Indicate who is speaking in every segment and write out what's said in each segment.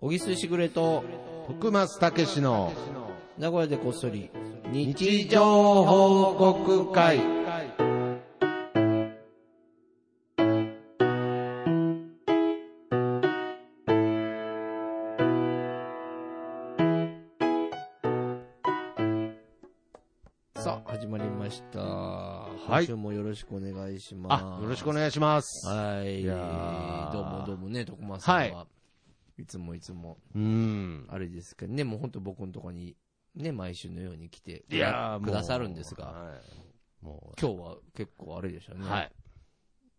Speaker 1: 小木すしぐれと、
Speaker 2: 徳松たけしの
Speaker 1: 名古屋でこっそり、
Speaker 2: 日常報告会。
Speaker 1: さあ、始まりました。
Speaker 2: い
Speaker 1: 今週もよろしくお願いします。
Speaker 2: あ、よろしくお願いします。
Speaker 1: はい。
Speaker 2: いやー
Speaker 1: どうもどうもね、徳間さんは。、
Speaker 2: はい
Speaker 1: つもいつも、
Speaker 2: うん。
Speaker 1: あれですけどね、もう本当僕のとこに、ね、毎週のように来てく
Speaker 2: いや
Speaker 1: だ
Speaker 2: ーもう
Speaker 1: くださるんですが、
Speaker 2: はいも
Speaker 1: 今日は結構あれでした
Speaker 2: う、
Speaker 1: ね。
Speaker 2: はい。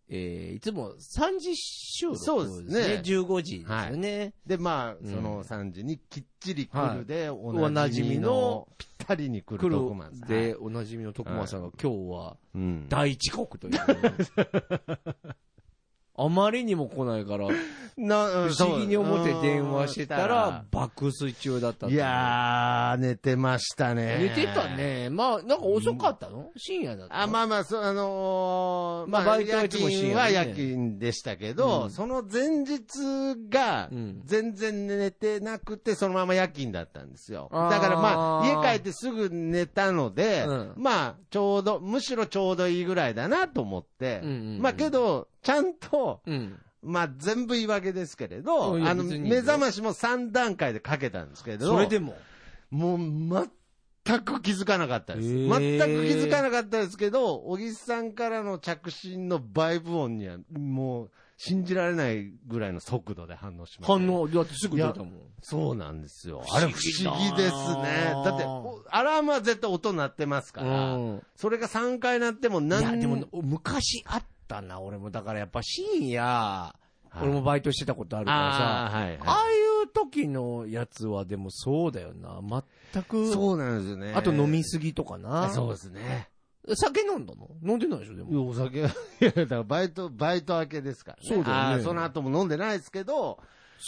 Speaker 1: えー、いつも3時収録
Speaker 2: そうですね
Speaker 1: 15時ですよね。
Speaker 2: で、ま
Speaker 1: う
Speaker 2: あ、
Speaker 1: ん
Speaker 2: その3時にきっちり来るで、お
Speaker 1: おな
Speaker 2: な
Speaker 1: じ
Speaker 2: じ
Speaker 1: み
Speaker 2: み
Speaker 1: の
Speaker 2: の、ぴったりに来
Speaker 1: 来
Speaker 2: る
Speaker 1: る
Speaker 2: 徳松。はい、
Speaker 1: で、おなじみの徳間さんが今日は
Speaker 2: うん。
Speaker 1: 大遅刻という。 あまりにも来ないから、
Speaker 2: な
Speaker 1: 不思議に思って電話してたら、、爆睡中だった
Speaker 2: う
Speaker 1: っ
Speaker 2: ん
Speaker 1: て
Speaker 2: いうやー、寝てましたね。
Speaker 1: 寝てた。ね。まあ、なんか遅かったの深夜だったの
Speaker 2: あまあまあ、そうあのー
Speaker 1: まあ
Speaker 2: まあ、
Speaker 1: バイトはい
Speaker 2: 夜
Speaker 1: つも深
Speaker 2: 勤
Speaker 1: 夜
Speaker 2: は
Speaker 1: ね
Speaker 2: 夜勤でしたけど、
Speaker 1: うん
Speaker 2: その前日が
Speaker 1: うん、
Speaker 2: 全然寝てなくて、そのまま夜勤だったんですよ。
Speaker 1: あー
Speaker 2: だからまあ、家帰ってすぐ寝たので、
Speaker 1: うん
Speaker 2: まあ、ちょうど、むしろちょうどいいぐらいだなと思って、
Speaker 1: うんうんうん
Speaker 2: まあけど、ちゃんと、
Speaker 1: うん。
Speaker 2: まあ全部言い訳ですけれど、
Speaker 1: うんいや
Speaker 2: あの、
Speaker 1: 別にいい
Speaker 2: 目
Speaker 1: よ
Speaker 2: 覚ましも3段階でかけたんですけれど、
Speaker 1: それでも。
Speaker 2: もう全く気づかなかったです。
Speaker 1: へ
Speaker 2: 全
Speaker 1: ー
Speaker 2: く気づかなかったですけど、小木さんからの着信のバイブ音には、もう、信じられないぐらいの速度で反応しました。
Speaker 1: 反応、だってすぐ出たもん。
Speaker 2: そうなんですよ。
Speaker 1: 不
Speaker 2: あれ
Speaker 1: 思議
Speaker 2: 不
Speaker 1: だ
Speaker 2: 思議ですね。だって、おアラームは絶対音鳴ってますから、
Speaker 1: うん
Speaker 2: それが3回鳴っても
Speaker 1: いや、
Speaker 2: 何
Speaker 1: でも、昔あったな、俺も。だからやっぱ深夜、
Speaker 2: い
Speaker 1: 俺もバイトしてたことあるから
Speaker 2: あ
Speaker 1: さ、
Speaker 2: あ、はい、
Speaker 1: あ
Speaker 2: は
Speaker 1: あいう時のやつはでもそうだよな。全
Speaker 2: い。
Speaker 1: く、
Speaker 2: そうなんですよね。
Speaker 1: あと飲みすぎとかな。
Speaker 2: そうですね。
Speaker 1: 酒飲んだの飲んでないでしょ、で
Speaker 2: いや
Speaker 1: も。
Speaker 2: お 酒、いや、だからバイト、バイト明けですから、
Speaker 1: そうだよね
Speaker 2: あーその後も飲んでないですけど、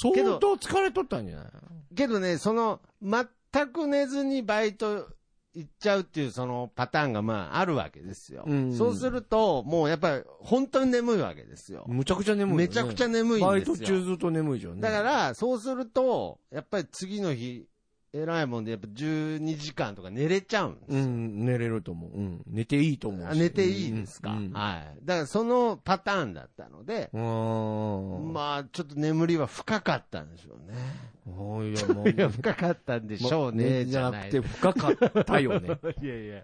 Speaker 1: 相
Speaker 2: けど
Speaker 1: 当疲れとったんじゃない
Speaker 2: けどね、その、全く寝ずにバイト行っちゃうっていうそのパターンがまああるわけですよ。
Speaker 1: うん
Speaker 2: そうすると、もうやっぱり本当に眠いわけですよ。
Speaker 1: むちゃくちゃ眠いよね。
Speaker 2: めちゃくちゃ眠いん
Speaker 1: バ
Speaker 2: で
Speaker 1: イ
Speaker 2: すよ。
Speaker 1: ト中ずっと眠いじゃんね。
Speaker 2: だから、そうすると、やっぱり次の日、偉いもんで、やっぱ12時間とか寝れちゃうんです
Speaker 1: う
Speaker 2: よ。
Speaker 1: ん、寝れると思う。うん。寝ていいと思う
Speaker 2: あ
Speaker 1: し。
Speaker 2: 寝ていいですか、
Speaker 1: うん
Speaker 2: はい。だからそのパターンだったので、
Speaker 1: うん。あ
Speaker 2: まあ、ちょっと眠りは深かったんでしょうね。
Speaker 1: ー。いや、もう。
Speaker 2: いや、 深かったんでしょう
Speaker 1: ま
Speaker 2: ね、
Speaker 1: じゃな
Speaker 2: く
Speaker 1: く
Speaker 2: て
Speaker 1: て、深かったよね。
Speaker 2: いやいや。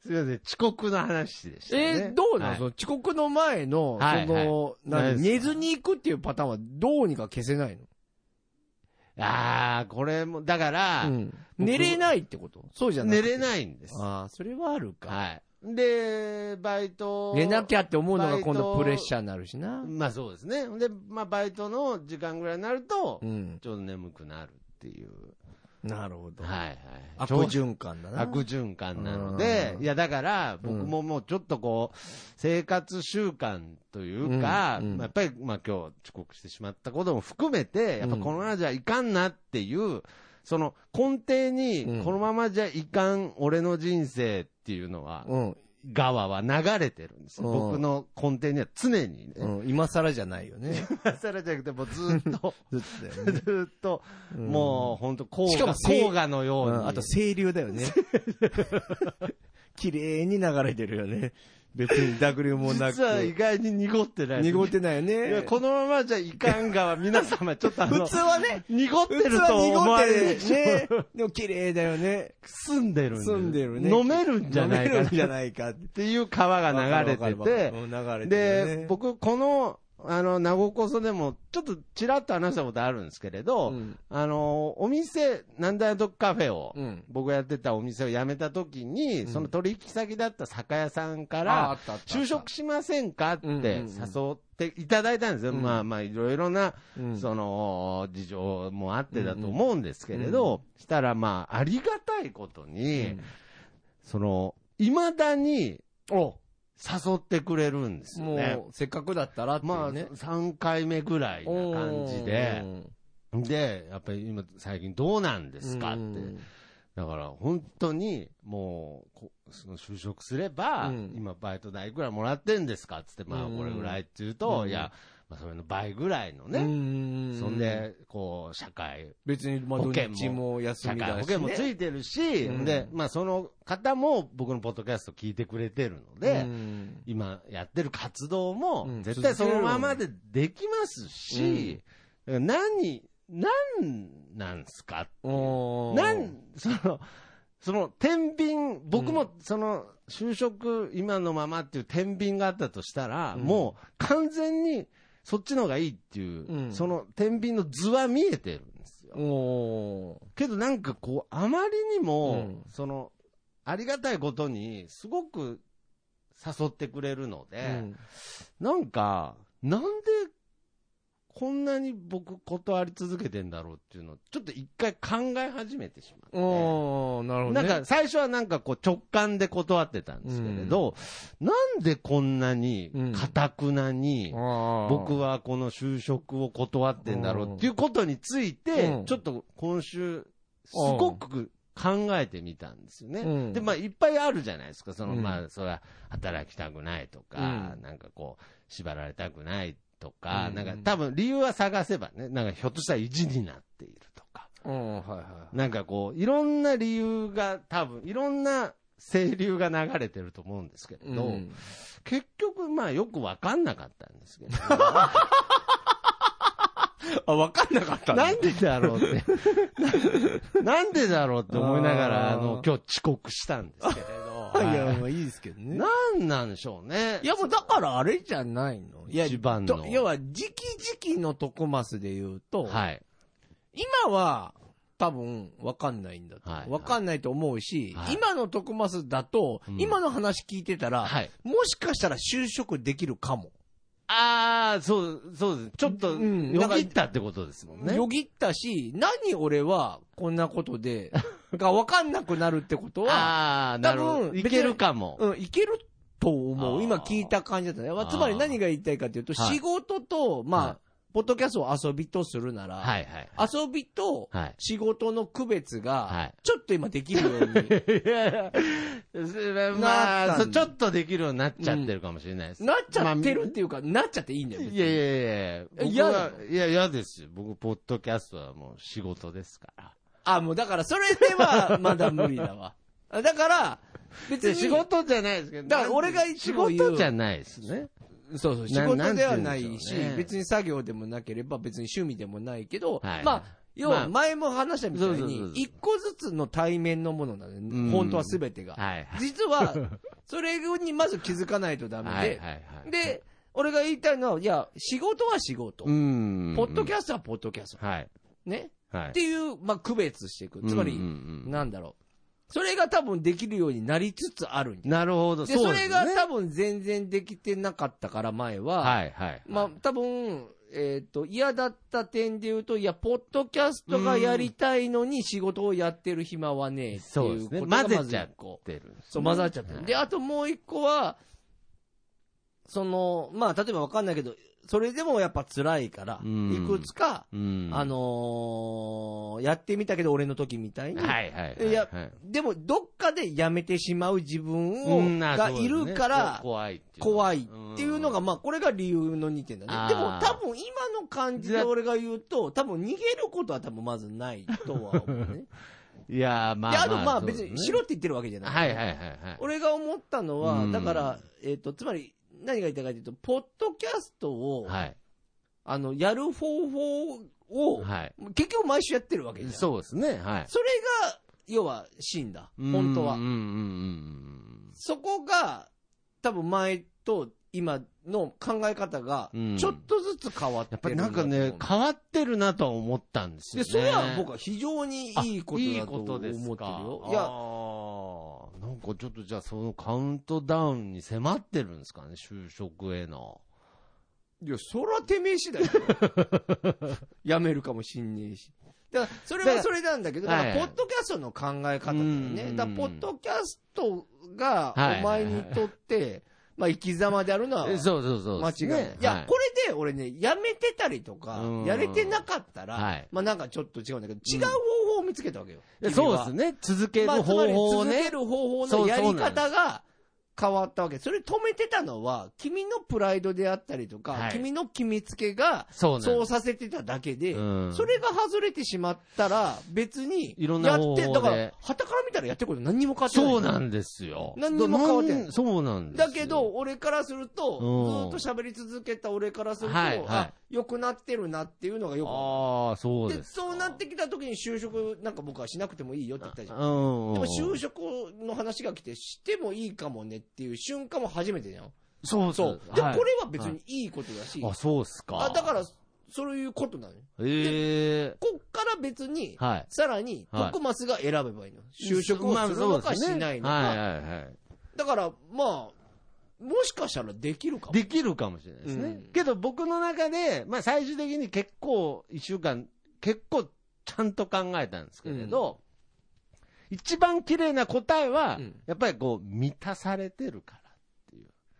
Speaker 2: すみません、遅刻の話でした、ね。
Speaker 1: えーどうなの、そ
Speaker 2: はい
Speaker 1: の遅刻の前の、
Speaker 2: はい
Speaker 1: その、何
Speaker 2: ないです
Speaker 1: 寝ずに行くっていうパターンはどうにか消せないの、
Speaker 2: ああ、これも、だから、
Speaker 1: うん
Speaker 2: 僕
Speaker 1: 寝れないってことそうじゃな
Speaker 2: 寝れ
Speaker 1: い。
Speaker 2: ないんです。
Speaker 1: ああ、それはあるか。
Speaker 2: はい。で、バイト。
Speaker 1: 寝なき
Speaker 2: ゃ。
Speaker 1: ゃって思うのが今
Speaker 2: バイ
Speaker 1: 度
Speaker 2: ト
Speaker 1: プレッシャーになるしな。
Speaker 2: まあそうですね。で、まあバイトの時間ぐらいになると、
Speaker 1: うん。
Speaker 2: ちょっと眠くなるっていう。
Speaker 1: なるほど。
Speaker 2: はいはい。
Speaker 1: 悪
Speaker 2: ちょう
Speaker 1: 循環だな。
Speaker 2: 悪循環なので
Speaker 1: う、ん
Speaker 2: いやだから、僕ももうちょっとこう、生活習慣というか、
Speaker 1: うんうん
Speaker 2: まあやっぱり、まあ今日遅刻してしまったことも含めて、やっぱこのままじゃいかんなっていう、その根底
Speaker 1: う
Speaker 2: に
Speaker 1: ん、
Speaker 2: このままじゃいかん、俺の人生っていうのは、
Speaker 1: うん。
Speaker 2: 側は流れてるんですよ。
Speaker 1: うん
Speaker 2: 僕の根底には常にね。
Speaker 1: うん、今更じゃないよね。
Speaker 2: 今更じゃなくて、もうずっ と、
Speaker 1: ずっとだよね
Speaker 2: ずっと、もう本当
Speaker 1: しかもせい
Speaker 2: 黄河のよう
Speaker 1: うん
Speaker 2: に。
Speaker 1: あと清流だよね。 綺麗に流れてるよね。別に濁流もな
Speaker 2: 実は意
Speaker 1: く。
Speaker 2: 外に濁ってない。
Speaker 1: 濁ってないよ
Speaker 2: いや、
Speaker 1: ね。
Speaker 2: このままじゃいかんがは、皆様、ちょっとあ
Speaker 1: 普
Speaker 2: の
Speaker 1: 通、はね、
Speaker 2: 濁って
Speaker 1: 普通
Speaker 2: る
Speaker 1: は
Speaker 2: と思
Speaker 1: 濁っ
Speaker 2: わ
Speaker 1: て
Speaker 2: れ
Speaker 1: る
Speaker 2: るでしょ。
Speaker 1: ね。 でも綺麗だよね。
Speaker 2: 住んでる
Speaker 1: 澄んでるね。
Speaker 2: 飲めるんじゃない
Speaker 1: 飲め
Speaker 2: か
Speaker 1: る
Speaker 2: っ
Speaker 1: んじゃないかって。
Speaker 2: ていう川が流れて
Speaker 1: わかるわ
Speaker 2: て
Speaker 1: か、るうん流れてるよね
Speaker 2: で、僕、この、あの、名護こそでも、ちょっとちらっと話したことあるんですけれど、
Speaker 1: うん
Speaker 2: あの、お店、なんだドッグカフェを、
Speaker 1: うん
Speaker 2: 僕がやってたお店を辞めた時に、
Speaker 1: うん
Speaker 2: その取引先だった酒屋さんか
Speaker 1: ああ
Speaker 2: ら
Speaker 1: ったあった、
Speaker 2: 就職しませんかって
Speaker 1: うんうんうん
Speaker 2: 誘っていただいたんですよ。
Speaker 1: うん
Speaker 2: まあまあ、いろいろな、
Speaker 1: うん
Speaker 2: その、事情もあってだと思うんですけれど、したらまあ、ありがたいこと
Speaker 1: う
Speaker 2: に、
Speaker 1: ん
Speaker 2: その、未だに
Speaker 1: お
Speaker 2: 誘ってくれるんですよね。
Speaker 1: もう、せっかくだったらってい
Speaker 2: まあ、
Speaker 1: うね。
Speaker 2: 3回目ぐらいな感じで、で、やっぱり今、最近どうなんで
Speaker 1: です
Speaker 2: かって。だから、本当に、もう、こその就職すれば、
Speaker 1: うん
Speaker 2: 今、バイト代いくらもらってんですかっつって、まあ、
Speaker 1: うん
Speaker 2: これぐらいって言うと、
Speaker 1: うん
Speaker 2: いや、まあ、それの倍ぐらいの
Speaker 1: ね。う
Speaker 2: ね。
Speaker 1: ん
Speaker 2: そん、で、こう、社会、
Speaker 1: 別に、まあ、
Speaker 2: 保
Speaker 1: 土
Speaker 2: 険も
Speaker 1: 日も休
Speaker 2: 社
Speaker 1: みだし、
Speaker 2: 会
Speaker 1: ね。
Speaker 2: 保険もついてるし、
Speaker 1: うん
Speaker 2: で、まあ、その方も僕のポッドキャスト聞いてくれてるので、
Speaker 1: うん
Speaker 2: 今やってる活動も
Speaker 1: うん
Speaker 2: 絶対そのままでできますし、だから何、何なんすか
Speaker 1: おー
Speaker 2: なん、その、その、天秤、僕も、その、就職今のままっていう天秤があったとしたら、
Speaker 1: うん
Speaker 2: もう完全にそっちの方がいいっていう、
Speaker 1: うん
Speaker 2: その天秤の図は見えてるんですよ。
Speaker 1: おー
Speaker 2: けどなんかこう、あまりにも、
Speaker 1: うん
Speaker 2: その、ありがたいことに、すごく誘ってくれるので、
Speaker 1: うん
Speaker 2: なんか、なんで、こんなに僕断り続けてんだろうっていうのを、ちょっと一回考え始めてしまって。
Speaker 1: おーなるほど、
Speaker 2: な
Speaker 1: ね。
Speaker 2: んか最初はなんかこう直感で断ってたんですけれど、なんでこんなに、かたくなに、僕
Speaker 1: 僕
Speaker 2: はこの就職を断ってんだろうっていうことについて
Speaker 1: う、ん
Speaker 2: ちょっと今週、すごく考えてみたんですよね。
Speaker 1: うん
Speaker 2: で、まあ、いっぱいあるじゃないですか。その、
Speaker 1: うん
Speaker 2: まあ、それは、働きたくないとか、
Speaker 1: うん
Speaker 2: なんかこう、縛られたくないとか、
Speaker 1: うん
Speaker 2: なんか、多分理由は探せばね、なんかひょっとしたら意地になっているとか、
Speaker 1: うん、はいはい。
Speaker 2: なんかこう、いろんな理由が、多分いろんな清流が流れてると思うんですけれど、
Speaker 1: うん
Speaker 2: 結局、まあ、よくわかんなかったんですけど、
Speaker 1: あ、わかんなかった
Speaker 2: なんでだろうって、 ななんでだろうって思いながら、あ
Speaker 1: あー
Speaker 2: の、今日遅刻したんですけれど、
Speaker 1: いや、
Speaker 2: は
Speaker 1: まあいいですけど
Speaker 2: い
Speaker 1: ね。
Speaker 2: なんなんでしょうね。
Speaker 1: いや、もうだからあれじゃないのいや、
Speaker 2: 一番の
Speaker 1: と要は、時期時期のトコマスで言うと、
Speaker 2: はい。
Speaker 1: 今は、多分、わかんないんだと。
Speaker 2: はい
Speaker 1: わかんないと思うし、
Speaker 2: はい
Speaker 1: 今のトコマスだと、
Speaker 2: うん
Speaker 1: 今の話聞いてたら、
Speaker 2: はい。
Speaker 1: もしかしたら就職できるかも。
Speaker 2: ああ、そう、そうです。ちょっと、
Speaker 1: うん
Speaker 2: よぎったってことですもんね。
Speaker 1: よぎったし、何俺はこんなことで、がわかんなくなるってことは、
Speaker 2: ああ、なるほ
Speaker 1: 多
Speaker 2: ど。
Speaker 1: 分
Speaker 2: いけるかも。
Speaker 1: うん、いけると思
Speaker 2: あー
Speaker 1: う。今聞いた感じだったね
Speaker 2: あー。
Speaker 1: つまり何が言いたいかというと、
Speaker 2: はい
Speaker 1: 仕事と、まあ、
Speaker 2: はい
Speaker 1: ポッドキャストを遊びとするなら、
Speaker 2: はいはい。
Speaker 1: 遊びと
Speaker 2: はい。
Speaker 1: 仕事の区別
Speaker 2: は
Speaker 1: が
Speaker 2: い、
Speaker 1: ちょっと今できるように
Speaker 2: いやいやそれはま
Speaker 1: な
Speaker 2: あ、
Speaker 1: った
Speaker 2: そ
Speaker 1: ん
Speaker 2: ちょっとできるようになっちゃってるかもしれないです。
Speaker 1: なっちゃってるっていうか、なっちゃっていいんだよ。別に
Speaker 2: いやいやいやいや。
Speaker 1: え
Speaker 2: 嫌だ。いや、嫌ですよ。僕、ポッドキャストはもう仕事ですから。
Speaker 1: あ、もうだからそれで はまだ無理だわ。あだから、別に、
Speaker 2: 仕事じゃないですけど。
Speaker 1: だから俺がいつ
Speaker 2: 仕
Speaker 1: も言う
Speaker 2: 事じゃないですね。
Speaker 1: そうそう、仕
Speaker 2: な
Speaker 1: 事ではないし、
Speaker 2: なんて言うんでしょうね
Speaker 1: 別に作業でもなければ、別に趣味でもないけど、
Speaker 2: はい
Speaker 1: まあ、要
Speaker 2: まあ
Speaker 1: は前も話したみたい
Speaker 2: そうそうそうそ
Speaker 1: に
Speaker 2: う、
Speaker 1: 一個ずつの対面のものなの
Speaker 2: ん
Speaker 1: ね、本当は全てが。
Speaker 2: はい。
Speaker 1: 実は、それにまず気づかないとダメ
Speaker 2: はいはい
Speaker 1: で、
Speaker 2: はい。
Speaker 1: で、俺が言いたいのは、いや、仕事は仕事
Speaker 2: う。ん。
Speaker 1: ポッドキ
Speaker 2: ャス
Speaker 1: ャストはポッドキャスト。
Speaker 2: ト。はい。
Speaker 1: ね。
Speaker 2: はい。
Speaker 1: っていう、まあ、区別していく。つま
Speaker 2: うんうん
Speaker 1: り、
Speaker 2: うん
Speaker 1: なんだろう。それが多分できるようになりつつあるんじゃ
Speaker 2: なるほど。
Speaker 1: んで、そ
Speaker 2: です
Speaker 1: れが多分全然できてなかったから、前は。
Speaker 2: はいはい。
Speaker 1: まあ、多分、えっ、と、嫌だった点で言うと、いや、ポッドキャストがやりたいのに仕事をやってる暇はねえって
Speaker 2: そう
Speaker 1: い
Speaker 2: です
Speaker 1: う
Speaker 2: ね
Speaker 1: ことがまず
Speaker 2: 混ぜちゃ
Speaker 1: 一個
Speaker 2: 出るんですね
Speaker 1: そう、混ざっちゃってる。で、あともう一個は、その、まあ、例えばわかんないけど、それでもやっぱ辛いから、
Speaker 2: うん
Speaker 1: いくつか、
Speaker 2: うん
Speaker 1: あ、のーやってみたけど俺の時みたいに、
Speaker 2: はいはいはい。
Speaker 1: いや
Speaker 2: はい
Speaker 1: でもどっかでやめてしまう自分を、
Speaker 2: うんあ
Speaker 1: が
Speaker 2: そうで
Speaker 1: い
Speaker 2: すね
Speaker 1: るから、
Speaker 2: こ怖いっていう。
Speaker 1: 怖いっていうのが、
Speaker 2: ん
Speaker 1: まあ、これが理由の2点だね。
Speaker 2: あー
Speaker 1: でも、多分今の感じで俺が言うと、多分逃げることは多分まずないとは思う ね。
Speaker 2: いやー、まあ。
Speaker 1: で、あとまあ別にしろ
Speaker 2: っ
Speaker 1: って言ってるわけじゃ
Speaker 2: て
Speaker 1: ない。
Speaker 2: はいはいはいはい。
Speaker 1: 俺が思ったの
Speaker 2: う
Speaker 1: は、
Speaker 2: ん
Speaker 1: だから、えっと、つまり、何が言いたいかというと、ポッドキャストを、
Speaker 2: はい。
Speaker 1: あの、やる方法を、
Speaker 2: はい。
Speaker 1: 結局毎週やってるわけじゃん。
Speaker 2: そうですね、はい。
Speaker 1: それが、要は、真だ。本当は
Speaker 2: うん。うんうん
Speaker 1: そこが、多分前と今の考え方が
Speaker 2: うん、
Speaker 1: ちょっとずつ変わって
Speaker 2: やっ
Speaker 1: る
Speaker 2: ぱりなんか
Speaker 1: だと
Speaker 2: ね
Speaker 1: 思う、
Speaker 2: 変わってるなとは思ったんですよ
Speaker 1: で、
Speaker 2: ね。
Speaker 1: それは僕は非常にいいこと
Speaker 2: いい
Speaker 1: だと
Speaker 2: こ
Speaker 1: 思
Speaker 2: と
Speaker 1: ってる
Speaker 2: ですか。
Speaker 1: よ。い
Speaker 2: いや
Speaker 1: や、、
Speaker 2: なんかちょっとじゃあそのカウントダウンに迫ってるんですかね、就職への。
Speaker 1: いや、そらてめえ次 第だよ。やめるかもしんねえし。だから、それはそれなんだけど、
Speaker 2: だ
Speaker 1: だ
Speaker 2: か
Speaker 1: からら、ポッドキャストの考え方だよ
Speaker 2: はいはい
Speaker 1: ね。だから、ポッドキャストが
Speaker 2: はいはいはい、
Speaker 1: お前にとって、まあ、生き様であるのは、
Speaker 2: えそうそうそう。
Speaker 1: 間違い
Speaker 2: ね
Speaker 1: ない。いや、
Speaker 2: は
Speaker 1: これで俺ね、やめてたりとか
Speaker 2: うん、
Speaker 1: やれてなかった
Speaker 2: は
Speaker 1: ら
Speaker 2: い、
Speaker 1: まあなんかちょっと違うんだけど、違う方法を見つけたわけよ
Speaker 2: いや。
Speaker 1: 君
Speaker 2: そう
Speaker 1: は
Speaker 2: ですね。続ける
Speaker 1: まあ、
Speaker 2: 方
Speaker 1: つまり
Speaker 2: 法を
Speaker 1: 続
Speaker 2: ね
Speaker 1: け。る方法のやり方が、変わったわけ。それ止めてたのは、君のプライドであったりとか、
Speaker 2: はい
Speaker 1: 君の決めつけが、
Speaker 2: そうなん
Speaker 1: そう
Speaker 2: です。
Speaker 1: させてただけで、
Speaker 2: うん
Speaker 1: それが外れてしまったら、別に、
Speaker 2: いろんな方法で
Speaker 1: やって、だから、旗から見たらやってること何にも変わってない。
Speaker 2: そうなんですよ。
Speaker 1: 何にも変わってない
Speaker 2: だそうなんですよ
Speaker 1: だけど、、俺からすると、
Speaker 2: うん
Speaker 1: ずっと喋り続けた俺からすると、
Speaker 2: はいはい
Speaker 1: あ、良くなってるなっていうのがよく
Speaker 2: ああ、そうです。
Speaker 1: そうなってきた時に就職なんか僕はしなくてもいいよって言ったじゃん。
Speaker 2: うんうん。
Speaker 1: でも就職の話が来て、してもいいかもねっていう瞬間も初めてじゃん。
Speaker 2: そう
Speaker 1: そ
Speaker 2: そうう。。
Speaker 1: で、
Speaker 2: はい
Speaker 1: これは別にいいことだし、
Speaker 2: あ、そうっすか。
Speaker 1: あだから、そういうことなのよ。
Speaker 2: ええ
Speaker 1: こっから別に、
Speaker 2: はい。
Speaker 1: さらに、
Speaker 2: はい
Speaker 1: 徳マスが選べばいいの。就職をするのかしないのか。
Speaker 2: まあそうですねはいはいはい。
Speaker 1: だから、まあ、もしかしたらできるかも。
Speaker 2: できるかもしれないですね。
Speaker 1: うん
Speaker 2: けど僕の中で、まあ最終的に結構一週間、結構ちゃんと考えたんですけれど、一番綺麗な答えは、
Speaker 1: うん
Speaker 2: やっぱりこう満たされてるから。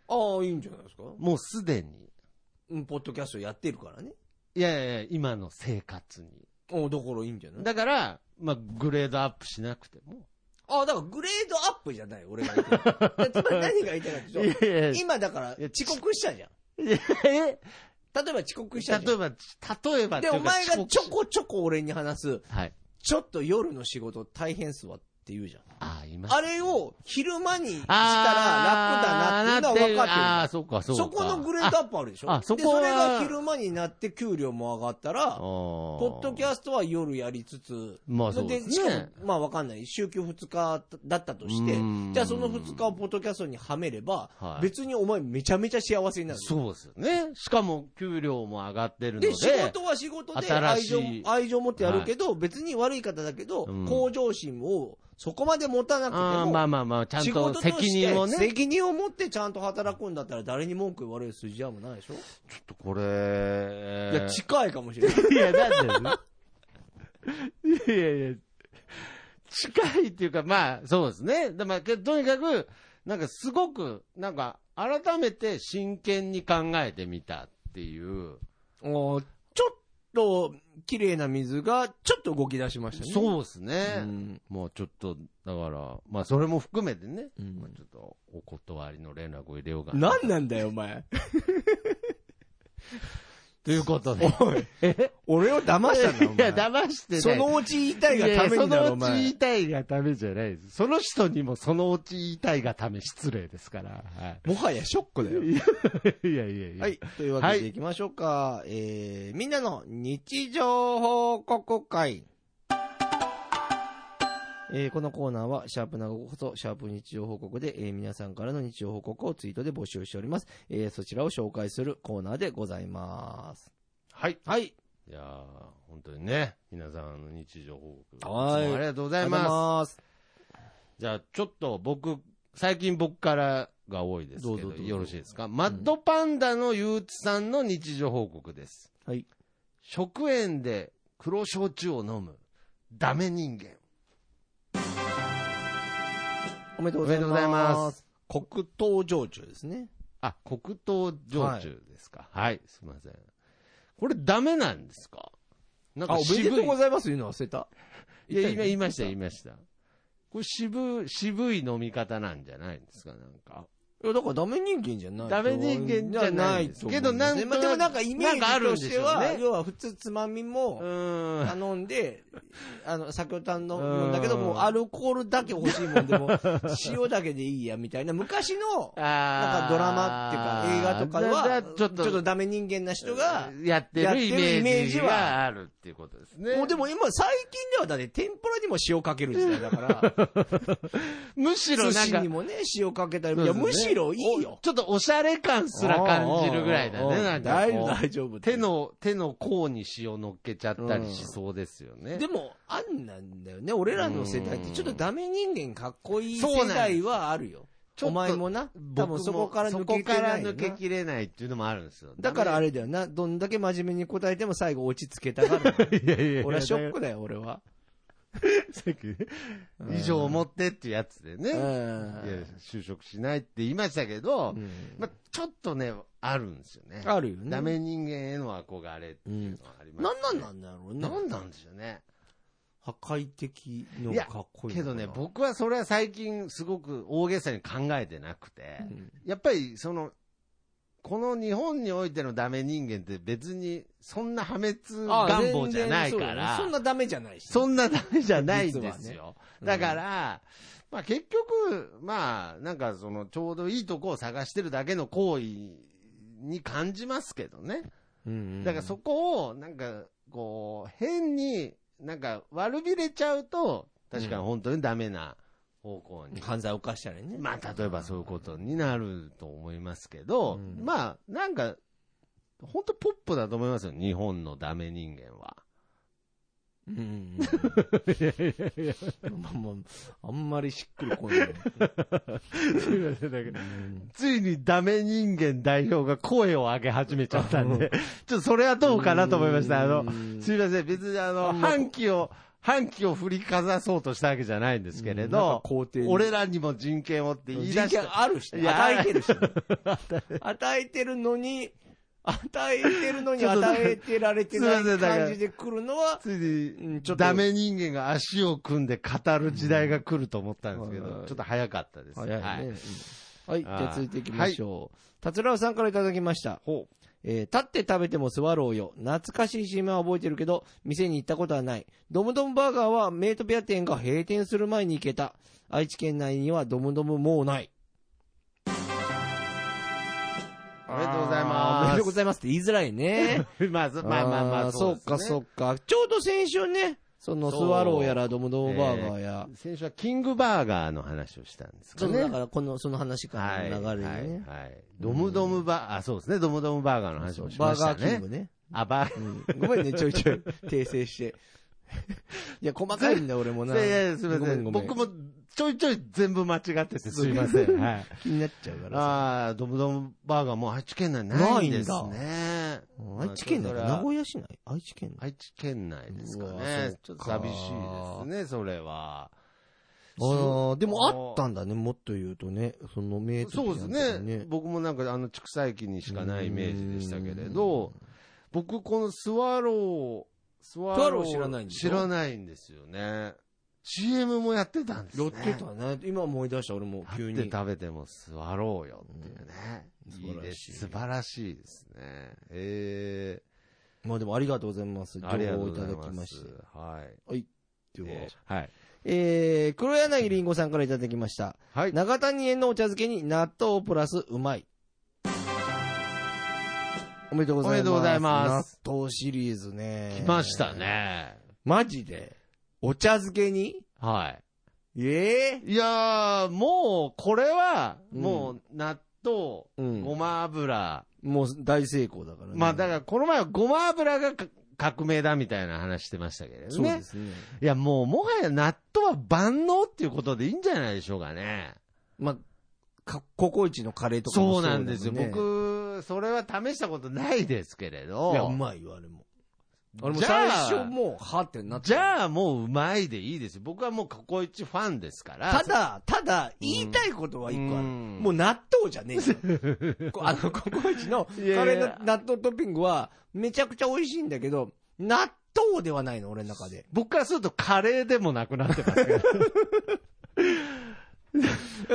Speaker 1: ああ、いいんじゃないですか。
Speaker 2: もうすでに。
Speaker 1: うん、ポッドキャストやってるからね。
Speaker 2: いやいやいや、今の生活に。
Speaker 1: おだからいいんじゃない
Speaker 2: だから、まあグレードアップしなくても。
Speaker 1: ああ、だからグレードアップじゃない、俺が言ってるだからつま り何が言いたいかっていうと、
Speaker 2: や
Speaker 1: 今だから
Speaker 2: いや
Speaker 1: 遅刻したじゃん。
Speaker 2: え
Speaker 1: 例えば遅刻したじ
Speaker 2: 例
Speaker 1: ゃ
Speaker 2: えば、例えば
Speaker 1: ん。で、お前がちょ
Speaker 2: こ。
Speaker 1: こちょこ俺に話す、
Speaker 2: はい。
Speaker 1: ちょっと夜の仕事大変っすわって言うじゃん。
Speaker 2: ああ、います
Speaker 1: あれを昼間にしたら楽
Speaker 2: あー
Speaker 1: だなっていうのは分
Speaker 2: あ
Speaker 1: か
Speaker 2: あ、
Speaker 1: って
Speaker 2: そうか、そ
Speaker 1: る。
Speaker 2: うか。
Speaker 1: そこのグレードアップあるでしょ
Speaker 2: ああそ
Speaker 1: で、
Speaker 2: こは
Speaker 1: それが昼間になって給料も上がったら、ポ
Speaker 2: ポ
Speaker 1: ッドキャストは夜やりつつ、
Speaker 2: まあそう
Speaker 1: で
Speaker 2: ですね
Speaker 1: しかも、まあわかんない。週休2日だったとして
Speaker 2: う、ん
Speaker 1: じゃあその2日をポッドキャストにはめれば、
Speaker 2: はい
Speaker 1: 別にお前めちゃめちゃ幸せになる。
Speaker 2: そうですよね。しかも、給料も上がってるので。
Speaker 1: で、仕事は仕事で
Speaker 2: 新
Speaker 1: 愛
Speaker 2: し
Speaker 1: 情
Speaker 2: い、
Speaker 1: 愛情持ってやるけど、別に悪い方だけど、
Speaker 2: うん
Speaker 1: 向上心をそこまで持たなくて
Speaker 2: あー
Speaker 1: も、
Speaker 2: まあまあまあ、ちゃん
Speaker 1: 仕事と
Speaker 2: と
Speaker 1: して
Speaker 2: 責任をね。ちょ
Speaker 1: 責任を持ってちゃんと働くんだったら誰に文句言われる筋合いもないでしょ、
Speaker 2: っとこれ、
Speaker 1: いや、近いかもしれな い。
Speaker 2: いや、なんでいやいやいや、近いっていうか、まあ、そうですね。でまあ、けどとにかく、なんかすごく、なんか、改めて真剣に考えてみたっていう。
Speaker 1: おーちょっと綺麗な水がちょっと動き出しましたね。
Speaker 2: そうです
Speaker 1: う
Speaker 2: ね。
Speaker 1: ん
Speaker 2: もうちょっと、だから、まあそれも含めてね、
Speaker 1: うん
Speaker 2: まあちょっとお断りの連絡を入れようかな。
Speaker 1: 何なんだよ、お前。
Speaker 2: ということで。
Speaker 1: 俺を騙したんだ、お
Speaker 2: いや、
Speaker 1: 前。
Speaker 2: 騙して
Speaker 1: そ
Speaker 2: ない。
Speaker 1: のうち言いたいがために
Speaker 2: いや
Speaker 1: だろ、
Speaker 2: いや
Speaker 1: お
Speaker 2: そのうち言
Speaker 1: 前
Speaker 2: い。たいがためじゃないです。その人にもそのうち言いたいがため失礼ですから。は
Speaker 1: もはやショックだよ。
Speaker 2: い。いやいやいや。
Speaker 1: はい。というわけで行きましょうか。えー、みんなの日常報告会。えー、このコーナーは、シャープなごこそ、シャープ日常報告で、えー、皆さんからの日常報告をツイートで募集しております。えー、そちらを紹介するコーナーでございます。
Speaker 2: はい。
Speaker 1: はい。
Speaker 2: いやー本当にね、皆さんの日常報告。
Speaker 1: はい
Speaker 2: つもありがとう
Speaker 1: あ
Speaker 2: ござい
Speaker 1: りがとうござい
Speaker 2: ます。
Speaker 1: ます。
Speaker 2: じゃあ、ちょっと僕、最近僕からが多いです
Speaker 1: どう
Speaker 2: け
Speaker 1: ぞ
Speaker 2: ど、
Speaker 1: どうぞ
Speaker 2: よろしいですか、マッドパンダの憂鬱さんの日常報告です。
Speaker 1: はい。
Speaker 2: 食塩で黒焼酎を飲む、ダメ人間。
Speaker 1: おめでと
Speaker 2: お
Speaker 1: うご
Speaker 2: め
Speaker 1: ざい
Speaker 2: でと
Speaker 1: ます。
Speaker 2: うございます。
Speaker 1: 黒糖焼酎ですね。
Speaker 2: あ、黒糖焼酎ですか。はい、すいません。これダメなんですかなん
Speaker 1: あ、
Speaker 2: か
Speaker 1: おめ
Speaker 2: 渋
Speaker 1: でとう
Speaker 2: い。
Speaker 1: ございます言うの忘れた。
Speaker 2: いや、今言いました、
Speaker 1: い
Speaker 2: 言いました。これ渋い、渋い飲み方なんじゃないんですか、なんか。
Speaker 1: や、だからダメ人間じゃない。
Speaker 2: ダメ人間じゃないです
Speaker 1: けど、なん
Speaker 2: けどな
Speaker 1: まあ、
Speaker 2: んとなく
Speaker 1: でもなんかイメー
Speaker 2: なんかあ
Speaker 1: ジ
Speaker 2: る
Speaker 1: と
Speaker 2: んで
Speaker 1: して
Speaker 2: しょうね
Speaker 1: は、要は普通つまみ
Speaker 2: う
Speaker 1: も
Speaker 2: ーん。
Speaker 1: 頼ん で、あの、先ほど頼
Speaker 2: うん
Speaker 1: んだけど、もうアルコールだけ欲しいもんでも、 塩だけでいいや、みたいな。昔の、
Speaker 2: な
Speaker 1: なんかドラマっていうか映画とかでは、
Speaker 2: ちょっと、
Speaker 1: ちょっとダメ人間な人が、
Speaker 2: やってるイメ
Speaker 1: やってるイメー
Speaker 2: ー
Speaker 1: ジ
Speaker 2: ジ
Speaker 1: は
Speaker 2: があるっていうことですね。
Speaker 1: もうでも今最近ではだって天ぷらにも塩かける時代だから、
Speaker 2: むしろ
Speaker 1: 寿
Speaker 2: なん
Speaker 1: 司
Speaker 2: か、
Speaker 1: にもね、塩かけたり、
Speaker 2: そう
Speaker 1: い
Speaker 2: で
Speaker 1: や、
Speaker 2: すね
Speaker 1: むしろいいよ
Speaker 2: お。ちょっとおしゃれ感すら感じるぐらいだ
Speaker 1: おーおー
Speaker 2: ね、
Speaker 1: おー
Speaker 2: なんか
Speaker 1: 大
Speaker 2: こ
Speaker 1: 丈
Speaker 2: う
Speaker 1: 夫、大丈夫。
Speaker 2: 手の、手の甲に塩乗っけちゃったりしそうですよね。
Speaker 1: でも、あんなんだよね。俺らの世代って、ちょっとダメ人間かっこいい世
Speaker 2: そうなん
Speaker 1: 代
Speaker 2: で
Speaker 1: はあるよ。
Speaker 2: ちょっ
Speaker 1: お
Speaker 2: と
Speaker 1: 前もな。多
Speaker 2: 僕も
Speaker 1: 分そこから抜け
Speaker 2: そこ
Speaker 1: て
Speaker 2: か
Speaker 1: な
Speaker 2: ら
Speaker 1: いよ
Speaker 2: 抜
Speaker 1: な
Speaker 2: けきれないっていうのもあるんですよ。
Speaker 1: だからあ
Speaker 2: れ、
Speaker 1: れだよな。どんだけ真面目に答えても最後落ち着けたが る。
Speaker 2: いやいやいや
Speaker 1: 俺はショックだよ、俺は。
Speaker 2: さっきね以上を持ってっていうやつでね、
Speaker 1: う
Speaker 2: いや
Speaker 1: ん。
Speaker 2: 就職しないって言いましたけ
Speaker 1: う
Speaker 2: ど、
Speaker 1: ん
Speaker 2: まあ、ちょっとね、あるんですよね。
Speaker 1: あるよね。
Speaker 2: ダメ人間への憧れっていうのはありま
Speaker 1: な
Speaker 2: す、
Speaker 1: んなんなんだろうね。
Speaker 2: なんなんでしょうね。
Speaker 1: 破壊的の
Speaker 2: いや
Speaker 1: かっこいい
Speaker 2: け
Speaker 1: のか
Speaker 2: ど
Speaker 1: な
Speaker 2: ね、僕はそれは最近すごく大げさに考えてなくて、
Speaker 1: うん
Speaker 2: やっぱりその、この日本においてのダメ人間って別にそんな破滅
Speaker 1: あ
Speaker 2: 願望じゃな
Speaker 1: 全然
Speaker 2: いか
Speaker 1: そうだね
Speaker 2: ら、
Speaker 1: そんなダメじゃないし。
Speaker 2: そんなダメじゃないんで
Speaker 1: 実
Speaker 2: す
Speaker 1: はね
Speaker 2: よ。
Speaker 1: うん
Speaker 2: だから、まあ結局、まあなんかそのちょうどいいとこを探してるだけの行為に感じますけどね。
Speaker 1: うんうん
Speaker 2: だからそこをなんかこう変になんか悪びれちゃうと確かに本当にダメな方向に。
Speaker 1: 犯罪を犯したらね。。
Speaker 2: まあ、例えばそういうこととになると思いますけど、
Speaker 1: うん
Speaker 2: まあ、なんか、本当ポップだと思いますよ、日本のダメ人間は。
Speaker 1: うんうんうん。まあまあ、あんまりしっくりこない。うん
Speaker 2: ついにダメ人間代表が声を上げ始めちゃったんで、 ちょっとそれはどうかなと思いました。あの
Speaker 1: う、ん
Speaker 2: すいません、別にあの、
Speaker 1: あんま
Speaker 2: 反旗を、反旗を振りかざそうとしたわけじゃないんですけれ
Speaker 1: なんか、
Speaker 2: ど
Speaker 1: 肯定に
Speaker 2: 俺らにも人権をって言い出
Speaker 1: 人
Speaker 2: し
Speaker 1: 権
Speaker 2: た。
Speaker 1: あるしね、
Speaker 2: いや
Speaker 1: 与えてるし ね、与えてるのに、与えてるのに
Speaker 2: ちょっとだ
Speaker 1: 与えてられてない
Speaker 2: すいませんだから
Speaker 1: 感じで来るのは、
Speaker 2: ついうに
Speaker 1: んちょっと
Speaker 2: ダメ人間が足を組んで語る時代が来ると思ったんですけ
Speaker 1: うんはい
Speaker 2: ど
Speaker 1: は、い
Speaker 2: ちょっと早かったです。
Speaker 1: 早いね。
Speaker 2: はい
Speaker 1: うんはい、じ
Speaker 2: あー
Speaker 1: ゃあ続いていきましょう。達郎さんからいただきました。
Speaker 2: ほ
Speaker 1: えー立って食べても座ろうよ。懐かしい CM は覚えてるけど、店に行ったことはない。ドムドムバーガーはメイトペア店が閉店する前に行けた。愛知県内にはドムドムもうない。
Speaker 2: おめでとうござい
Speaker 1: あー
Speaker 2: ます。
Speaker 1: おめでとうございますって言いづらいね。
Speaker 2: う。まあ、そ まあまあま
Speaker 1: ー
Speaker 2: あ、そう
Speaker 1: か
Speaker 2: です
Speaker 1: そ
Speaker 2: ね
Speaker 1: うか。ちょうど先週ね、そのスワローやらドムドムバーガーや、
Speaker 2: 先週はキングバーガーの話をしたんです
Speaker 1: そ
Speaker 2: か
Speaker 1: のだ
Speaker 2: ね。
Speaker 1: からこの、その話からの流れで
Speaker 2: はい、
Speaker 1: ね。
Speaker 2: はい。ドムドムバー、あ、そうですね。ドムドムバーガーの話
Speaker 1: そう
Speaker 2: もし
Speaker 1: バ
Speaker 2: ま
Speaker 1: ー
Speaker 2: した
Speaker 1: ガーキ
Speaker 2: ね。
Speaker 1: ングね。
Speaker 2: あ、バー
Speaker 1: うんごめんね、ちょいちょい訂正して。 いや、細かいんだ、俺もな。
Speaker 2: いやいや、すみません。
Speaker 1: ごめごめ
Speaker 2: 僕もちょいちょい全部間違ってて、すい ません。はい。
Speaker 1: 気になっちゃうからさ。
Speaker 2: ああ、ドムドムバーガーもう愛知県内ないんですね。
Speaker 1: うん愛知県だから、名古屋市内愛知県内
Speaker 2: 愛知県内ですか
Speaker 1: うわそう
Speaker 2: ね
Speaker 1: か。
Speaker 2: ちょっと寂しいですね、それ
Speaker 1: あ
Speaker 2: は。
Speaker 1: ーでもあったんだね、もっと言うとね。その名店
Speaker 2: そうです
Speaker 1: なんて
Speaker 2: ね。。僕もなんかあの畜産機にしかないイメージでしたけれど、僕このスワロー、スワ
Speaker 1: スワロー知らないんでしょ
Speaker 2: 知らないんですよね。CM もやってたんです
Speaker 1: や
Speaker 2: ね。
Speaker 1: ってたね。今思い出した、俺も
Speaker 2: 立
Speaker 1: 急
Speaker 2: っ
Speaker 1: に。
Speaker 2: て食べてもスワローよっていうね。
Speaker 1: うん
Speaker 2: いいです。素
Speaker 1: 素
Speaker 2: 晴らしいですね。え
Speaker 1: まあでもありがとうございます。
Speaker 2: ー、
Speaker 1: 情
Speaker 2: ありがと
Speaker 1: 報を
Speaker 2: う
Speaker 1: い
Speaker 2: ご
Speaker 1: た
Speaker 2: ざ
Speaker 1: だ
Speaker 2: いま
Speaker 1: き
Speaker 2: す。
Speaker 1: まして。
Speaker 2: はい。
Speaker 1: では
Speaker 2: えーはい。
Speaker 1: えー、黒柳りんごさんからいただきました。
Speaker 2: はい。
Speaker 1: 長谷園のお茶漬けに納豆プラスうまい。おめでとうございます。
Speaker 2: おめでとうございます
Speaker 1: 納豆シリーズね。
Speaker 2: 来ました。ね。
Speaker 1: マジでお茶漬けに
Speaker 2: はい。
Speaker 1: ええ
Speaker 2: いやー、もう、これは、もう、納豆、
Speaker 1: うん
Speaker 2: ごま油。
Speaker 1: もう大成功だからね。
Speaker 2: まあ、だから、この前はごま油がか革命だみたいな話してましたけれど
Speaker 1: そう
Speaker 2: ね
Speaker 1: で。すね。
Speaker 2: いや、もう、もはや納豆は万能っていうことでいいんじゃないでしょうかね。
Speaker 1: まあ、かココイチのカレーとかも
Speaker 2: そうなんですよ。
Speaker 1: だもんね、
Speaker 2: 僕、それは試したことないですけれど。
Speaker 1: いや、うまいよ、あれも。あれも
Speaker 2: じゃ
Speaker 1: 最
Speaker 2: あ
Speaker 1: 初もう、はってなった。
Speaker 2: じゃあ、もううまいでいいですよ。僕はもうココイチファンですから。
Speaker 1: ただ、ただ、言いたいことは一個ある。
Speaker 2: うん
Speaker 1: もう納豆じゃねえよ。 こあの、ココイチのカ
Speaker 2: いやいや
Speaker 1: レーの納豆トッピングは、めちゃくちゃ美味しいんだけど、納豆ではないの、俺の中で。
Speaker 2: 僕からするとカレーでもなくなってますけど。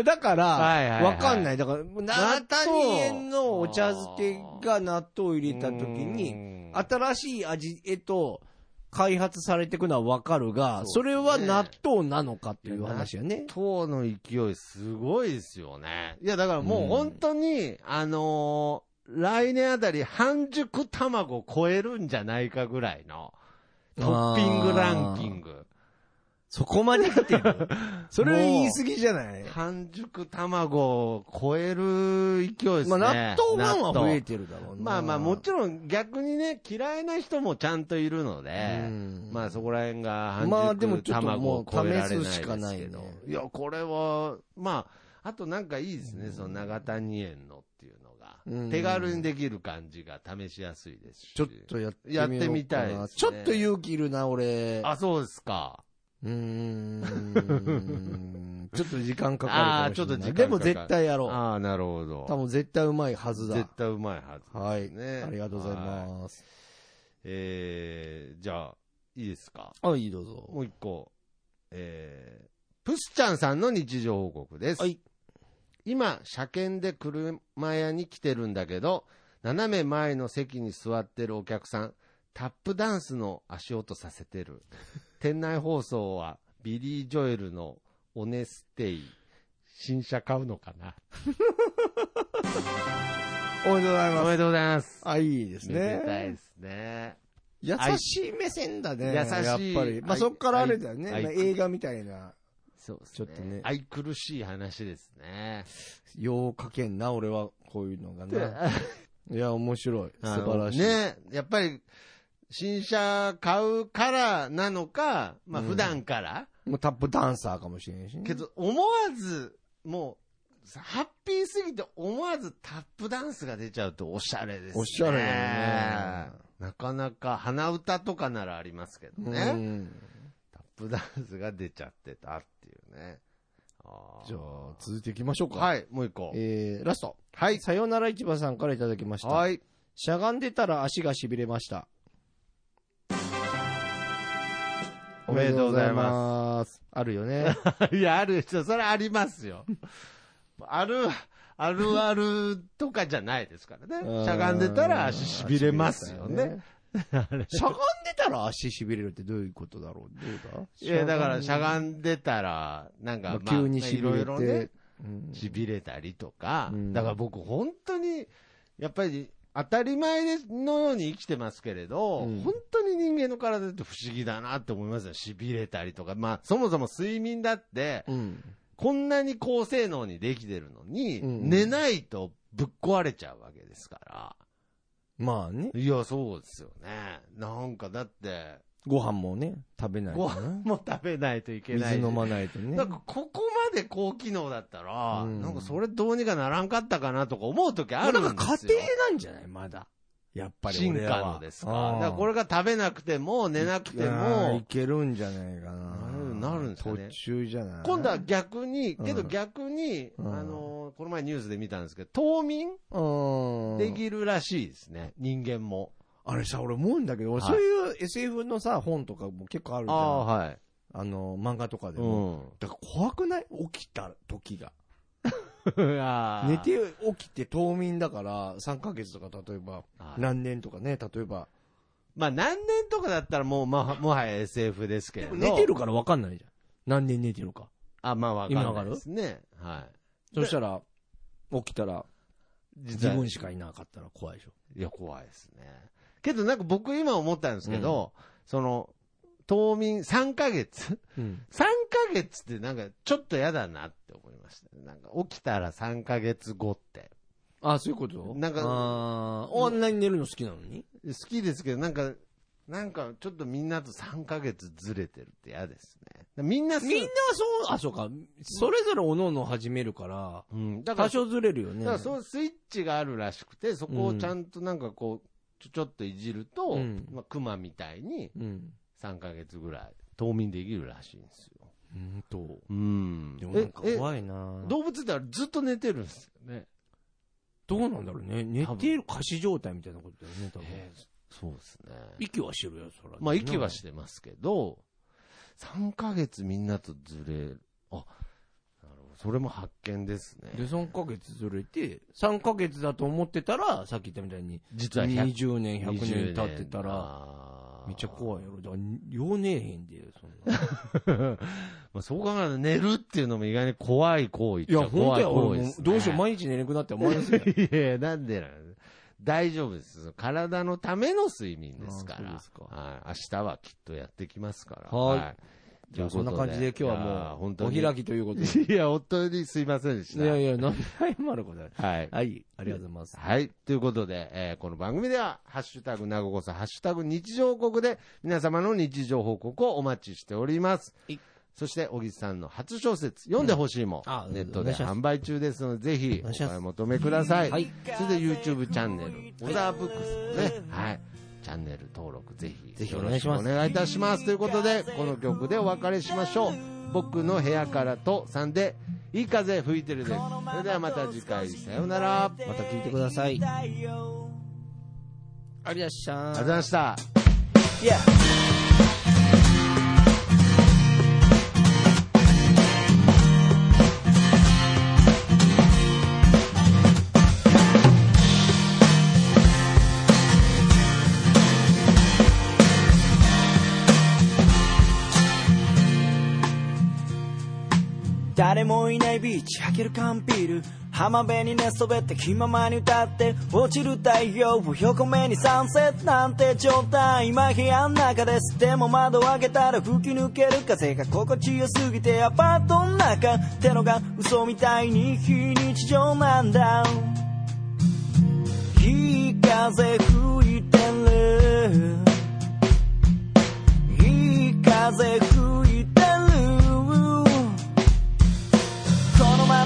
Speaker 1: だから、
Speaker 2: はいはいはい
Speaker 1: わかんない。だから、長谷園のお茶漬けが納豆を入れた時に、
Speaker 2: に
Speaker 1: 新しい味へと開発されていくのはわかるが、そ
Speaker 2: そうで
Speaker 1: れ
Speaker 2: すね
Speaker 1: は納豆なのかっていう話よね。
Speaker 2: 党の勢いすごいですよね。いや、だからもう本当に、あのー来年あたり半熟卵超えるんじゃないかぐらいの、トッピングランキング。
Speaker 1: そこまで来て るそれ言い過ぎじゃない
Speaker 2: 半熟卵を超える勢いです
Speaker 1: ま
Speaker 2: ね。
Speaker 1: あ、納豆ファンは増え
Speaker 2: 納
Speaker 1: てるだろうな。
Speaker 2: 豆まあまあ、もちろん逆にね、嫌いな人もちゃんといるので、
Speaker 1: うん
Speaker 2: まあそこら辺が半熟
Speaker 1: まあでもちょっと
Speaker 2: 卵
Speaker 1: もう
Speaker 2: を超えられない
Speaker 1: 試すしかないね
Speaker 2: ですけどいや、これは、まあ、あとなんかいいですね、その長谷園のっていうのが。
Speaker 1: うん
Speaker 2: 手軽にできる感じが試しやすいですし。
Speaker 1: ちょっとやってみようかな
Speaker 2: やってみたいですね
Speaker 1: ちょっと勇気いるな、俺。
Speaker 2: あ、そうですか。
Speaker 1: うーん。 ちょっと時間かか
Speaker 2: あ
Speaker 1: るかもしれない。
Speaker 2: ーちょっと時間かかる
Speaker 1: でも絶対やろ
Speaker 2: ああ、なるほ
Speaker 1: う。多
Speaker 2: ど。
Speaker 1: 分絶対うまいはずだ。
Speaker 2: 絶対うまいはず。
Speaker 1: はい、
Speaker 2: ね
Speaker 1: ありがとうござい
Speaker 2: はい
Speaker 1: ます。
Speaker 2: えー、じゃあ、いいですか
Speaker 1: はい、どうぞ。
Speaker 2: もう一個。えー、プスちゃんさんの日常報告です。
Speaker 1: はい
Speaker 2: 今、車検で車屋に来てるんだけど、斜め前の席に座ってるお客さん、タップダンスの足音させて る。店内放送は、ビリー・ジョエルのオネステイ。新車買うのかな
Speaker 1: おめでとうござい
Speaker 2: お
Speaker 1: ます。
Speaker 2: めでとうございます。
Speaker 1: あ、いいです
Speaker 2: めでたい
Speaker 1: ね
Speaker 2: で。すね。
Speaker 1: 優しい目線だね。
Speaker 2: 優しい
Speaker 1: やっぱり。まあ、
Speaker 2: はい
Speaker 1: そっからあれだよね。
Speaker 2: はい
Speaker 1: まあ映画みたいな。
Speaker 2: そうですね。
Speaker 1: ちょっとね
Speaker 2: 愛くるしい話ですね。
Speaker 1: ようかけんな、俺は。こういうのがね。いや、面白い。素
Speaker 2: あの
Speaker 1: 晴らしい。
Speaker 2: ね、やっぱり、新車買うからなのか、まあ
Speaker 1: うん
Speaker 2: 普段から、
Speaker 1: もうタップダンサーかもしれんしね。
Speaker 2: けど思わず、もう、ハッピーすぎて思わずタップダンスが出ちゃうとおしゃれですね。
Speaker 1: おしゃれだね
Speaker 2: なかなか鼻歌とかならありますけど
Speaker 1: うん、
Speaker 2: ね。タップダンスが出ちゃってたっていうね。あー
Speaker 1: じゃあ、続いていきましょうか。い。
Speaker 2: はい、もう一個。
Speaker 1: えー、ラスト。
Speaker 2: はい。
Speaker 1: さよなら市場さんからいただきました。
Speaker 2: はい。
Speaker 1: しゃがんでたら足がしびれました。。
Speaker 2: おめでとうございます
Speaker 1: あるよね。
Speaker 2: いや、ある人、それありますよ。ある、あるあるとかじゃないですからね。しゃがんでたら足しびれますよ ね。。
Speaker 1: しゃがんでたら足しびれるってどういうことだろうどうだ
Speaker 2: いや、だから、しゃが
Speaker 1: ん
Speaker 2: んでたら、なんか、まあ、
Speaker 1: 急にしびれて、
Speaker 2: いろいろね、
Speaker 1: うん
Speaker 2: しびれたりとか
Speaker 1: う、ん
Speaker 2: だから僕、本当に、やっぱり、当たり前のように生きてますけれど、
Speaker 1: うん
Speaker 2: 本当に人間の体って不思議だなって思いますよ。しびれたりとか。まあ、そもそも睡眠だって、
Speaker 1: うん
Speaker 2: こんなに高性能にできてるのに、
Speaker 1: うん
Speaker 2: 寝ないとぶっ壊れちゃうわけですか
Speaker 1: まあね、
Speaker 2: ら。いや、そうですよね。なんかだって、
Speaker 1: ご飯もね、食べないと
Speaker 2: ご
Speaker 1: ね
Speaker 2: 飯も食べないといけない
Speaker 1: 水
Speaker 2: し。
Speaker 1: 飲まないとね
Speaker 2: な。んかここまで高機能だったら、
Speaker 1: うん
Speaker 2: なんかそれどうにかならんかったかなとか思う時あるんですよ。
Speaker 1: 家庭なんじゃないまだ。やっぱり
Speaker 2: 進
Speaker 1: 俺らは
Speaker 2: 化のですか。だからこれが食べなくても、寝なくて
Speaker 1: いやーい
Speaker 2: も、
Speaker 1: けるんじゃないかな。
Speaker 2: なるなるんですかね
Speaker 1: 途中じゃない
Speaker 2: 今度は逆に、
Speaker 1: うん
Speaker 2: けど逆に、
Speaker 1: うん
Speaker 2: あのーこの前ニュースで見たんですけど、冬眠
Speaker 1: うん。
Speaker 2: できるらしいですね。人間も。
Speaker 1: あれさ、俺思うんだけど、
Speaker 2: はい
Speaker 1: そういう SF のさ、本とかも結構あるじゃん。
Speaker 2: ああー、
Speaker 1: あ
Speaker 2: はい。
Speaker 1: の、漫画とかでも。
Speaker 2: うん。
Speaker 1: だから怖くない起きた時が。
Speaker 2: 寝
Speaker 1: 寝 て起きて冬眠だから、3ヶ月とか例えば、何年とかね、例えば。
Speaker 2: まあ何年とかだったらもう、まあ、もはや SF ですけれど。
Speaker 1: 寝てるから分かんないじゃん。何年寝てるか。
Speaker 2: あ、まあわかん
Speaker 1: 今わ
Speaker 2: な
Speaker 1: か
Speaker 2: い
Speaker 1: る
Speaker 2: ですね。はい。
Speaker 1: そしたら、起きたら、自
Speaker 2: は
Speaker 1: 分しかいなかったら怖いでしょ。
Speaker 2: いや、怖いですね。けどなんか僕今思ったんですけど、その、冬眠3ヶ月
Speaker 1: うん。
Speaker 2: ?3 ヶ月ってなんかちょっと嫌だなって思いました。なんか起きたら3ヶ月後って。
Speaker 1: あ、そういうこと
Speaker 2: なんか
Speaker 1: あーあんなに寝るの好きなのに
Speaker 2: 好きですけど、なんか、なんかちょっとみんなと3ヶ月ずれてるって嫌ですね。みんなす
Speaker 1: みんなそう、あ、そうか。それぞれおのの始めるから、
Speaker 2: うん。だから
Speaker 1: 多少ずれるよね。
Speaker 2: だからそういうスイッチがあるらしくて、そこをちゃんとなんかこう、ちょちょっといじると、
Speaker 1: うん
Speaker 2: まあ、熊みたいに
Speaker 1: うん。
Speaker 2: 3ヶ月ぐらい冬眠できるらしいんですよ。
Speaker 1: うんと。
Speaker 2: うん
Speaker 1: でもなんか
Speaker 2: ええ
Speaker 1: 怖いなど、
Speaker 2: 動物ってあれずっと寝てるんですよね。
Speaker 1: どうなんだろうね。寝てる過死状態みたいなことだよね、多分。
Speaker 2: ええそうですね。
Speaker 1: 息はしてるよ、そら。
Speaker 2: まあ息はしてますけど、3ヶ月みんなとずれる。あ、なるほど。それも発見です
Speaker 1: で、
Speaker 2: ね。
Speaker 1: 3ヶ月ずれて、3ヶ月だと思ってたら、さっき言ったみたいに、
Speaker 2: 実は100
Speaker 1: 20年、100年
Speaker 2: 20
Speaker 1: 経ってたら、
Speaker 2: あー
Speaker 1: めっちゃ怖いやろ。だから、ようねえへんで、そんな。
Speaker 2: まあそう考えると寝るっていうのも意外に怖い行為っ
Speaker 1: い
Speaker 2: ち
Speaker 1: や、
Speaker 2: ゃ
Speaker 1: 本
Speaker 2: 怖
Speaker 1: 当
Speaker 2: い
Speaker 1: や、
Speaker 2: 行為
Speaker 1: 俺
Speaker 2: で
Speaker 1: も
Speaker 2: す、ね。
Speaker 1: うどうしよう、毎日寝れなくなって思いますよ。
Speaker 2: いやいや、なんでなの大丈夫です。体のための睡眠ですか
Speaker 1: あ
Speaker 2: ら。
Speaker 1: ーそうですか
Speaker 2: はい。明日はきっとやってきますから。
Speaker 1: はい
Speaker 2: と
Speaker 1: じ
Speaker 2: い
Speaker 1: ゃあ、
Speaker 2: うこと
Speaker 1: そんな感じで今日はい
Speaker 2: やー
Speaker 1: も
Speaker 2: 本
Speaker 1: う、
Speaker 2: 当
Speaker 1: お
Speaker 2: に。
Speaker 1: 開き ということで。
Speaker 2: いや、本当にすいませんでした。
Speaker 1: いやいや、何回もあることだよ。
Speaker 2: はい。
Speaker 1: はい、ありがとうございます。
Speaker 2: はい。ということで、えーこの番組では、ハッシュタグなごこそ、ハッシュタグ日常報告で、皆様の日常報告をお待ちしております
Speaker 1: はい。
Speaker 2: そして、小木さんの初小説、読んでほしいも、
Speaker 1: うんあ
Speaker 2: ネット
Speaker 1: お願
Speaker 2: で
Speaker 1: いします
Speaker 2: 販売中ですので、ぜひ、
Speaker 1: お願
Speaker 2: お
Speaker 1: いします
Speaker 2: 買い求めください。
Speaker 1: はい
Speaker 2: それで、YouTube チャンネル、オザーブックスのね、はい。チャンネル登録、ぜひ、
Speaker 1: ぜひ
Speaker 2: よ
Speaker 1: お
Speaker 2: ろ
Speaker 1: 願い
Speaker 2: し
Speaker 1: し
Speaker 2: く
Speaker 1: ます
Speaker 2: お願いいたします。ということで、この曲でお別れしましょう。僕の部屋からと3で、いい風吹いてるです。それではまた次回、さようなら。
Speaker 1: また聞いてください。ありがとうございました
Speaker 2: ありがとうございました。
Speaker 1: Yeah.
Speaker 3: 誰もいないビーチ開ける缶ビール浜辺に寝そべって気ままに歌って落ちる太陽を横目にサンセットなんて状態今部屋の中ですでも窓を開けたら吹き抜ける風が心地よすぎてアパートの中ってのが嘘みたいに非日常なんだいい風吹いてるいい風吹いてるこのま